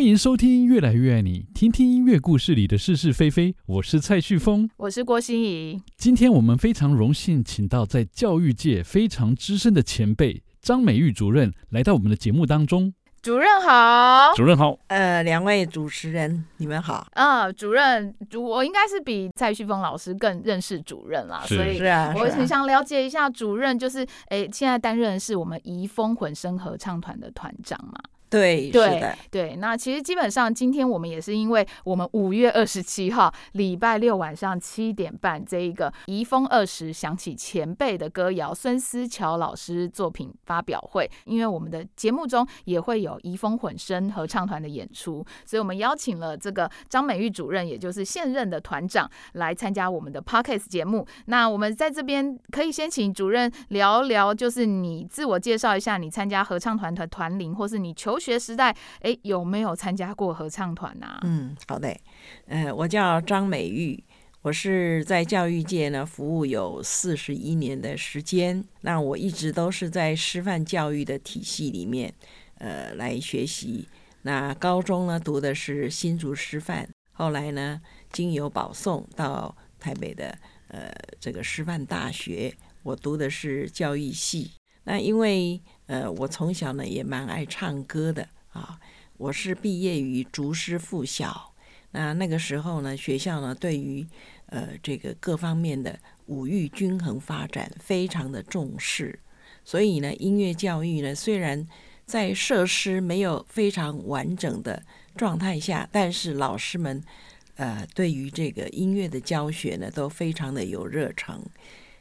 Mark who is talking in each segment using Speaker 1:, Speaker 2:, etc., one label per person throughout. Speaker 1: 迎收听《越来越爱你》，听听音乐故事里的是是非非。我是蔡旭峰，
Speaker 2: 我是郭心怡。
Speaker 1: 今天我们非常荣幸请到在教育界非常资深的前辈张美玉主任来到我们的节目当中。
Speaker 2: 主任好，
Speaker 1: 主任好，
Speaker 3: 呃，两位主持人，你们好。
Speaker 2: 嗯，主任，主我应该是比蔡旭峰老师更认识主任啦，
Speaker 1: 是
Speaker 2: 所以
Speaker 3: 是啊，
Speaker 2: 我
Speaker 3: 是啊
Speaker 2: 很想了解一下主任，就是诶，现在担任的是我们怡丰混声合唱团的团长嘛？
Speaker 3: 对，
Speaker 2: 对
Speaker 3: 是的，
Speaker 2: 对，那其实基本上今天我们也是因为我们五月二十七号礼拜六晚上七点半这一个移风二十响起前辈的歌谣孙思乔老师作品发表会，因为我们的节目中也会有移风混声合唱团的演出，所以我们邀请了这个张美玉主任，也就是现任的团长来参加我们的 podcast 节目。那我们在这边可以先请主任聊聊，就是你自我介绍一下，你参加合唱团的团龄，或是你求学时代哎，有没有参加过合唱团呐、啊？
Speaker 3: 嗯，好嘞。呃，我叫张美玉，我是在教育界呢服务有四十一年的时间。那我一直都是在师范教育的体系里面，呃，来学习。那高中呢读的是新竹师范，后来呢经由保送到台北的呃这个师范大学，我读的是教育系。那因为呃我从小呢也蛮爱唱歌的啊，我是毕业于竹师附小。那那个时候呢，学校呢对于呃这个各方面的五育均衡发展非常的重视，所以呢，音乐教育呢虽然在设施没有非常完整的状态下，但是老师们呃对于这个音乐的教学呢都非常的有热忱。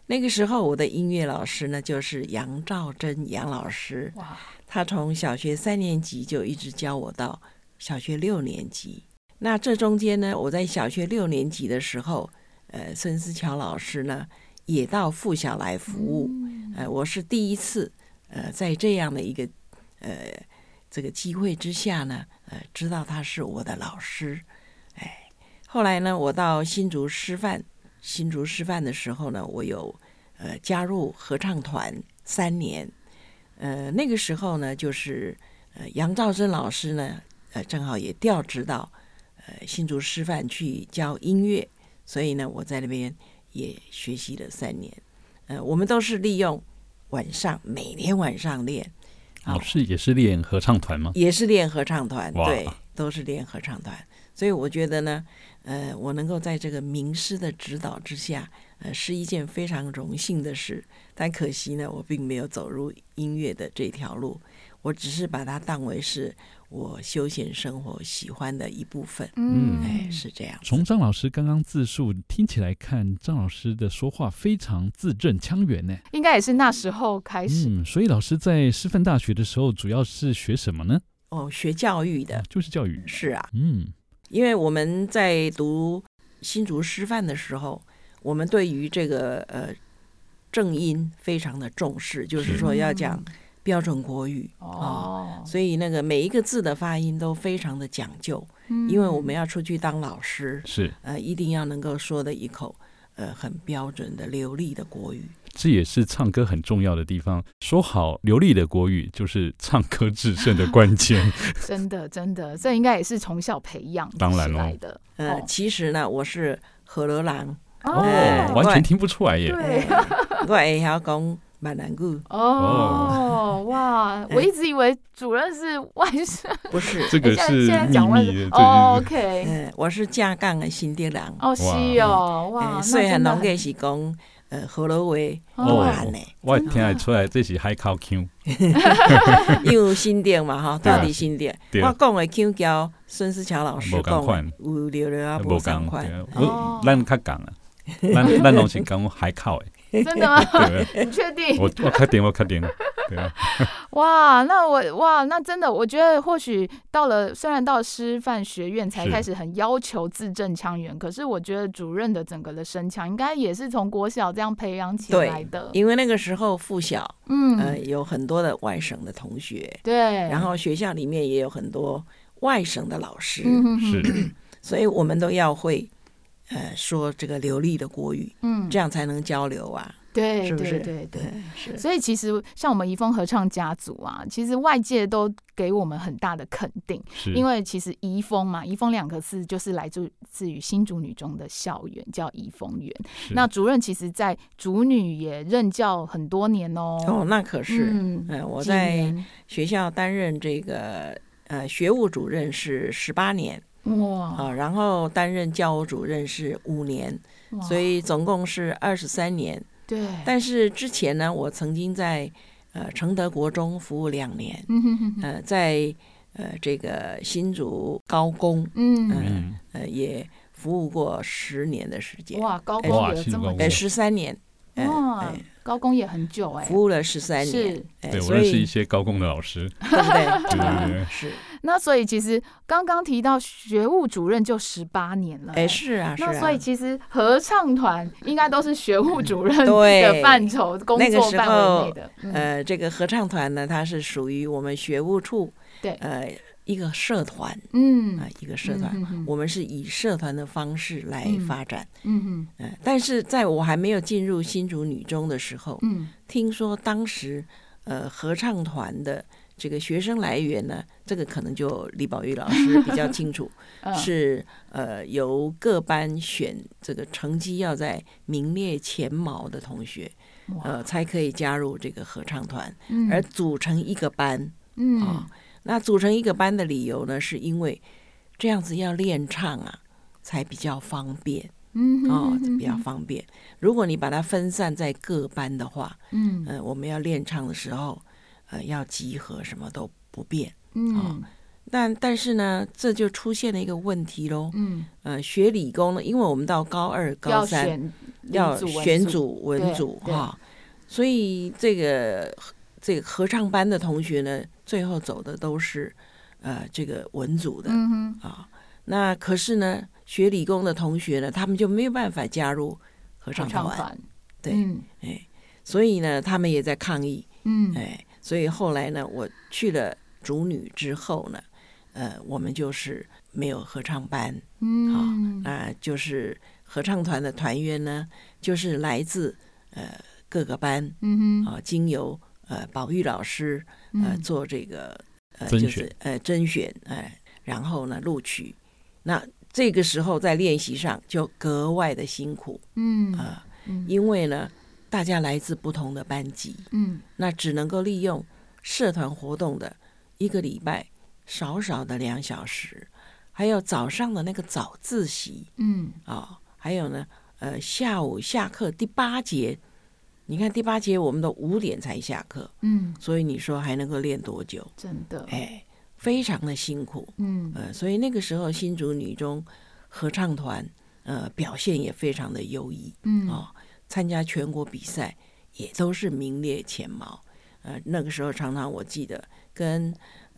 Speaker 3: 那个时候，我的音乐老师呢就是杨兆珍杨老师，
Speaker 2: 哇，
Speaker 3: 他从小学三年级就一直教我到小学六年级。那这中间呢，我在小学六年级的时候，呃，孙思乔老师呢也到附小来服务。呃，我是第一次，呃，在这样的一个呃这个机会之下呢，呃，知道他是我的老师。哎，后来呢，我到新竹师范，新竹师范的时候呢，我有呃加入合唱团三年。呃，那个时候呢，就是呃杨兆珍老师呢，呃，正好也调职到呃新竹师范去教音乐，所以呢，我在那边也学习了三年。呃，我们都是利用晚上，每天晚上练，好
Speaker 1: 老师也是练合唱团吗？
Speaker 3: 也是练合唱团，
Speaker 1: 哇
Speaker 3: 对，都是练合唱团。所以我觉得呢，呃，我能够在这个名师的指导之下，呃，是一件非常荣幸的事。但可惜呢，我并没有走入音乐的这条路，我只是把它当为是我休闲生活喜欢的一部分。
Speaker 1: 嗯
Speaker 3: 哎，是这样子。
Speaker 1: 从张老师刚刚自述听起来看，张老师的说话非常字正腔圆呢。
Speaker 2: 应该也是那时候开始。
Speaker 1: 嗯，所以老师在师范大学的时候主要是学什么呢？
Speaker 3: 哦，学教育的
Speaker 1: 就是教育。
Speaker 3: 是啊，
Speaker 1: 嗯，
Speaker 3: 因为我们在读新竹师范的时候，我们对于这个呃正音非常的重视，就是嗯说要
Speaker 2: 嗯
Speaker 3: 讲标准国语啊、
Speaker 2: 哦，
Speaker 3: 所以那个每一个字的发音都非常的讲究，
Speaker 2: 嗯
Speaker 3: 因为我们要出去当老师，
Speaker 1: 是，
Speaker 3: 呃，一定要能够说的一口呃很标准的流利的国语。
Speaker 1: 这也是唱歌很重要的地方。说好流利的国语，就是唱歌制胜的关键。
Speaker 2: 真的真的，这应该也是从小培养
Speaker 1: 当然
Speaker 2: 起
Speaker 1: 咯
Speaker 2: 来的。
Speaker 3: 呃，
Speaker 2: 哦
Speaker 3: 其实呢，我是河流郎，呃
Speaker 1: 哦，完全听不出来耶。
Speaker 2: 对
Speaker 3: 我也要讲闽南语，
Speaker 2: 哦，
Speaker 3: 哎
Speaker 2: 哇！我一直以为主任是外省，
Speaker 3: 不是，
Speaker 1: 这个
Speaker 2: 哎现在
Speaker 1: 是
Speaker 2: 现在
Speaker 1: 秘
Speaker 2: 讲外
Speaker 1: 密
Speaker 2: 省
Speaker 1: 的。
Speaker 2: 哦
Speaker 1: 对，
Speaker 2: ，OK，
Speaker 3: 嗯、我是正港的新地郎。
Speaker 2: 哦，是哦，
Speaker 3: 诶
Speaker 2: 哇，
Speaker 3: 哎所以
Speaker 2: 那真
Speaker 3: 很
Speaker 2: 的
Speaker 3: 农嘅是讲，呃，河洛话
Speaker 2: 哦
Speaker 3: 大汉嘞，
Speaker 1: 我听得出来这是 high call Q。
Speaker 3: 因为有新店嘛 吼，
Speaker 1: 对啊
Speaker 3: 到底新店，
Speaker 1: 对
Speaker 3: 我讲的 Q 交孙思乔老师
Speaker 1: 不同
Speaker 3: 讲
Speaker 1: 款
Speaker 3: 的有聊聊啊，
Speaker 1: 无
Speaker 3: 无
Speaker 1: 共
Speaker 3: 相款
Speaker 1: 对啊，
Speaker 2: 哦
Speaker 1: 我咱较共啊，咱咱拢是讲海口 诶，
Speaker 2: 真的 吗？
Speaker 1: 对啊，
Speaker 2: 你确定？
Speaker 1: 我我确定，我确定，对啊，
Speaker 2: 哇，那我哇，那真的，我觉得或许到了，虽然到了师范学院才
Speaker 1: 是
Speaker 2: 开始很要求字正腔圆，可是我觉得主任的整个的声腔应该也是从国小这样培养起
Speaker 3: 对
Speaker 2: 来的。
Speaker 3: 因为那个时候附小，
Speaker 2: 嗯，
Speaker 3: 呃，有很多的外省的同学，
Speaker 2: 对。
Speaker 3: 然后学校里面也有很多外省的老师，
Speaker 2: 嗯，嗯，嗯
Speaker 1: 是
Speaker 3: 所以我们都要会，呃说这个流利的国语，
Speaker 2: 嗯，
Speaker 3: 这样才能交流啊。
Speaker 2: 对，
Speaker 3: 是不
Speaker 2: 对
Speaker 3: 是
Speaker 2: 对对
Speaker 3: 对。，是
Speaker 2: 所以其实像我们怡丰合唱家族啊，其实外界都给我们很大的肯定，
Speaker 1: 是
Speaker 2: 因为其实怡丰嘛，怡丰两个字就是来自自于新竹女中的校园，叫怡丰园。
Speaker 1: 是
Speaker 2: 那主任其实，在竹女也任教很多年哦。
Speaker 3: 哦，那可是，
Speaker 2: 嗯，
Speaker 3: 嗯，我
Speaker 2: 几
Speaker 3: 在
Speaker 2: 年
Speaker 3: 学校担任这个呃学务主任是十八年
Speaker 2: 哇，
Speaker 3: 啊，然后担任教务主任是五年，
Speaker 2: 哇
Speaker 3: 所以总共是二十三年。
Speaker 2: 对，
Speaker 3: 但是之前呢，我曾经在呃承德国中服务两年，
Speaker 2: 嗯哼哼哼
Speaker 3: 呃，在呃这个新竹高工
Speaker 2: 嗯，
Speaker 1: 嗯
Speaker 3: 呃也服务过十年的时间，
Speaker 2: 哇，高
Speaker 1: 哇
Speaker 2: 工也
Speaker 1: 新
Speaker 2: 这么
Speaker 1: 高
Speaker 2: 久
Speaker 3: 呃十三年，呃
Speaker 2: 哇，高工也很久哎、
Speaker 3: 服务了十三年
Speaker 2: 是，
Speaker 3: 哎
Speaker 1: 对我
Speaker 3: 所
Speaker 1: 认识一
Speaker 3: 以
Speaker 1: 些高工的老师，
Speaker 3: 对 不对？
Speaker 1: 对对
Speaker 3: 嗯
Speaker 1: 对
Speaker 3: 是，
Speaker 2: 那所以其实刚刚提到学务主任就十八年了、
Speaker 3: 哎，是啊，是
Speaker 2: 那
Speaker 3: 啊。
Speaker 2: 所以其实合唱团应该都是学务主任
Speaker 3: 嗯对
Speaker 2: 的范畴、工
Speaker 3: 那个
Speaker 2: 作
Speaker 3: 时
Speaker 2: 范围内
Speaker 3: 候
Speaker 2: 的。嗯
Speaker 3: 呃，这个合唱团呢，它是属于我们学务处
Speaker 2: 对
Speaker 3: 呃一个社团
Speaker 2: 嗯
Speaker 3: 啊、
Speaker 2: 嗯，
Speaker 3: 一个社团。
Speaker 2: 嗯哼
Speaker 3: 我们是以社团的方式来
Speaker 2: 嗯
Speaker 3: 发展，
Speaker 2: 嗯哼
Speaker 3: 嗯、但是在我还没有进入新竹女中的时候，
Speaker 2: 嗯
Speaker 3: 听说当时呃合唱团的这个学生来源呢，这个可能就李宝玉 老师比较清楚，
Speaker 2: 嗯，
Speaker 3: 是呃由各班选这个成绩要在名列前茅的同学，
Speaker 2: 哇
Speaker 3: 呃才可以加入这个合唱团，
Speaker 2: 嗯
Speaker 3: 而组成一个班啊、
Speaker 2: 嗯
Speaker 3: 那组成一个班的理由呢，是因为这样子要练唱啊，才比较方便
Speaker 2: 嗯哼
Speaker 3: 啊、
Speaker 2: 哼哼
Speaker 3: 比较方便。如果你把它分散在各班的话，
Speaker 2: 嗯
Speaker 3: 呃，我们要练唱的时候，呃，要集合什么都不便。哦
Speaker 2: 嗯
Speaker 3: 但但是呢，这就出现了一个问题喽。
Speaker 2: 嗯，
Speaker 3: 呃，学理工呢，因为我们到高二、高
Speaker 2: 要
Speaker 3: 三
Speaker 2: 选
Speaker 3: 要
Speaker 2: 立文
Speaker 3: 选组文
Speaker 2: 对
Speaker 3: 组
Speaker 2: 对
Speaker 3: 哈、所以这个这个合唱班的同学呢，最后走的都是呃这个文组的啊、
Speaker 2: 嗯哼
Speaker 3: 那可是呢，学理工的同学呢，他们就没有办法加入合
Speaker 2: 合
Speaker 3: 唱
Speaker 2: 唱
Speaker 3: 团，
Speaker 2: 团
Speaker 3: 对
Speaker 2: 嗯
Speaker 3: 哎，所以呢，他们也在抗议，
Speaker 2: 嗯
Speaker 3: 哎，所以后来呢，我去了主女之后呢，呃，我们就是没有合唱班，
Speaker 2: 嗯
Speaker 3: 那就是合唱团的团员呢，就是来自呃各个班
Speaker 2: 嗯哼
Speaker 3: 啊，经由呃保育老师呃
Speaker 2: 嗯
Speaker 3: 做这个呃
Speaker 1: 甄
Speaker 3: 就
Speaker 1: 选
Speaker 3: 是呃甄选哎、然后呢录取。那这个时候在练习上就格外的辛苦
Speaker 2: 嗯
Speaker 3: 啊、
Speaker 2: 嗯
Speaker 3: 因为呢大家来自不同的班级，
Speaker 2: 嗯
Speaker 3: 那只能够利用社团活动的一个礼拜少少的两小时，还有早上的那个早自习，
Speaker 2: 嗯
Speaker 3: 啊、还有呢，呃，下午下课第八节，你看第八节我们都五点才下课，
Speaker 2: 嗯，
Speaker 3: 所以你说还能够练多久？
Speaker 2: 真的
Speaker 3: 哎，非常的辛苦，
Speaker 2: 嗯
Speaker 3: 呃，所以那个时候新竹女中合唱团，呃，表现也非常的优异啊、
Speaker 2: 嗯
Speaker 3: 参加全国比赛也都是名列前茅。呃，那个时候常常我记得跟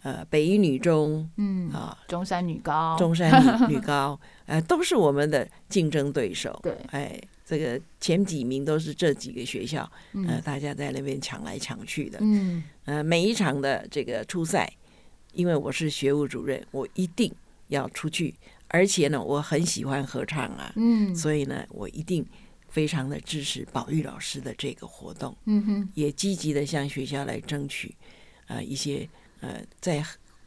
Speaker 3: 呃北一女中
Speaker 2: 嗯，
Speaker 3: 啊、
Speaker 2: 中山女高
Speaker 3: 中山女女高， 呃，都是我们的竞争对手。
Speaker 2: 对
Speaker 3: 哎，这个前几名都是这几个学校，呃，
Speaker 2: 嗯
Speaker 3: 大家在那边抢来抢去的。
Speaker 2: 嗯
Speaker 3: 呃，每一场的这个初赛，因为我是学务主任，我一定要出去，而且呢，我很喜欢合唱啊，
Speaker 2: 嗯
Speaker 3: 所以呢，我一定非常的支持保育老师的这个活动，
Speaker 2: 嗯哼
Speaker 3: 也积极的向学校来争取，呃，一些呃，在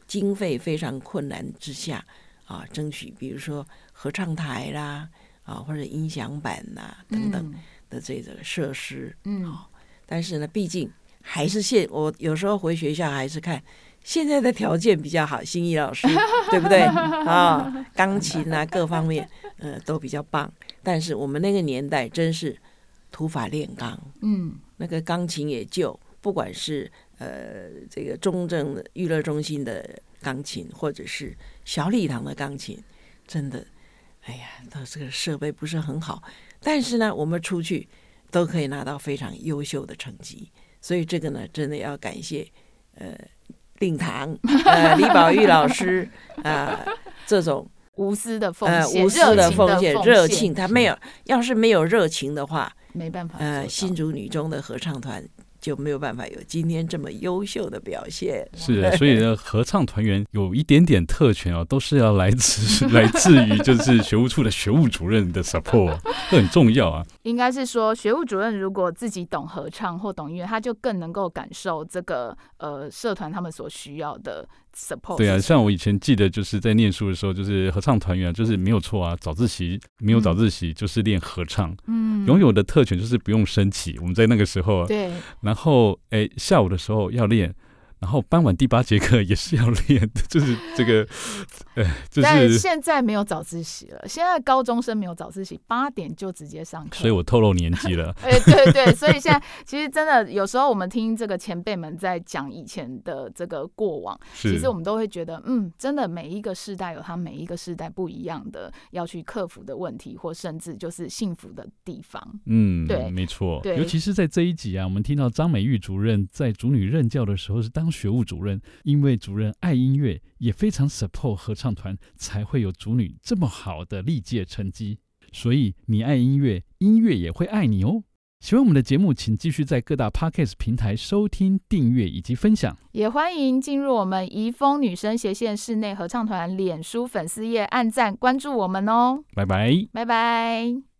Speaker 3: 经费非常困难之下啊，争取，比如说合唱台啦。啊，或者音响板呐、等等，的这个设施。
Speaker 2: 嗯嗯
Speaker 3: 好但是呢，毕竟还是现我有时候回学校还是看现在的条件比较好，心仪老师对不对啊、钢琴啊各方面呃都比较棒，但是我们那个年代真是土法炼钢，
Speaker 2: 嗯
Speaker 3: 那个钢琴也旧，不管是呃这个中正娱乐中心的钢琴，或者是小礼堂的钢琴，真的，哎呀，它这个设备不是很好，但是呢，我们出去都可以拿到非常优秀的成绩，所以这个呢，真的要感谢呃令堂 呃李宝玉老师啊、这种
Speaker 2: 无私的奉
Speaker 3: 呃
Speaker 2: 献，
Speaker 3: 无私
Speaker 2: 热
Speaker 3: 的
Speaker 2: 情
Speaker 3: 奉
Speaker 2: 献
Speaker 3: 献，，热情，他没有，要是没有热情的话，呃
Speaker 2: 没办法做到。
Speaker 3: 呃，新竹女中的合唱团就没有办法有今天这么优秀的表现。
Speaker 1: 是的，所以呢，合唱团员有一点点特权哦，都是要来自 来自于就是学务处的学务主任的 support，这很重要啊。
Speaker 2: 应该是说，学务主任如果自己懂合唱或懂音乐，他就更能够感受这个呃社团他们所需要的 support。
Speaker 1: 对啊，像我以前记得就是在念书的时候，就是合唱团员啊就是没有错啊，早自习没有早自习就是练合唱，
Speaker 2: 嗯，
Speaker 1: 拥有的特权就是不用升旗。我们在那个时候啊，
Speaker 2: 对，
Speaker 1: 然后诶下午的时候要练。然后傍晚第八节课也是要练， 就是这个，呃，就
Speaker 2: 但
Speaker 1: 是
Speaker 2: 现在没有早自习了，现在高中生没有早自习，八点就直接上课。
Speaker 1: 所以我透露年纪 了。
Speaker 2: 哎、对对，所以现在其实真的有时候我们听这个前辈们在讲以前的这个过往，
Speaker 1: 是，
Speaker 2: 其实我们都会觉得，嗯，真的每一个世代有他每一个世代不一样的要去克服的问题，或甚至就是幸福的地方。
Speaker 1: 嗯，
Speaker 2: 对
Speaker 1: 没错，
Speaker 2: 对
Speaker 1: 尤其是在这一集啊，我们听到张美玉主任在主女任教的时候是当学务主任，因为主任爱音乐，也非常 support 合唱团，才会有主女这么好的历届成绩。所以你爱音乐，音乐也会爱你哦。喜欢我们的节目，请继续在各大 podcast 平台收听、订阅以及分享。
Speaker 2: 也欢迎进入我们怡丰女生斜线室内合唱团脸书粉丝页，按赞关注我们哦，
Speaker 1: 拜拜。
Speaker 2: 拜拜。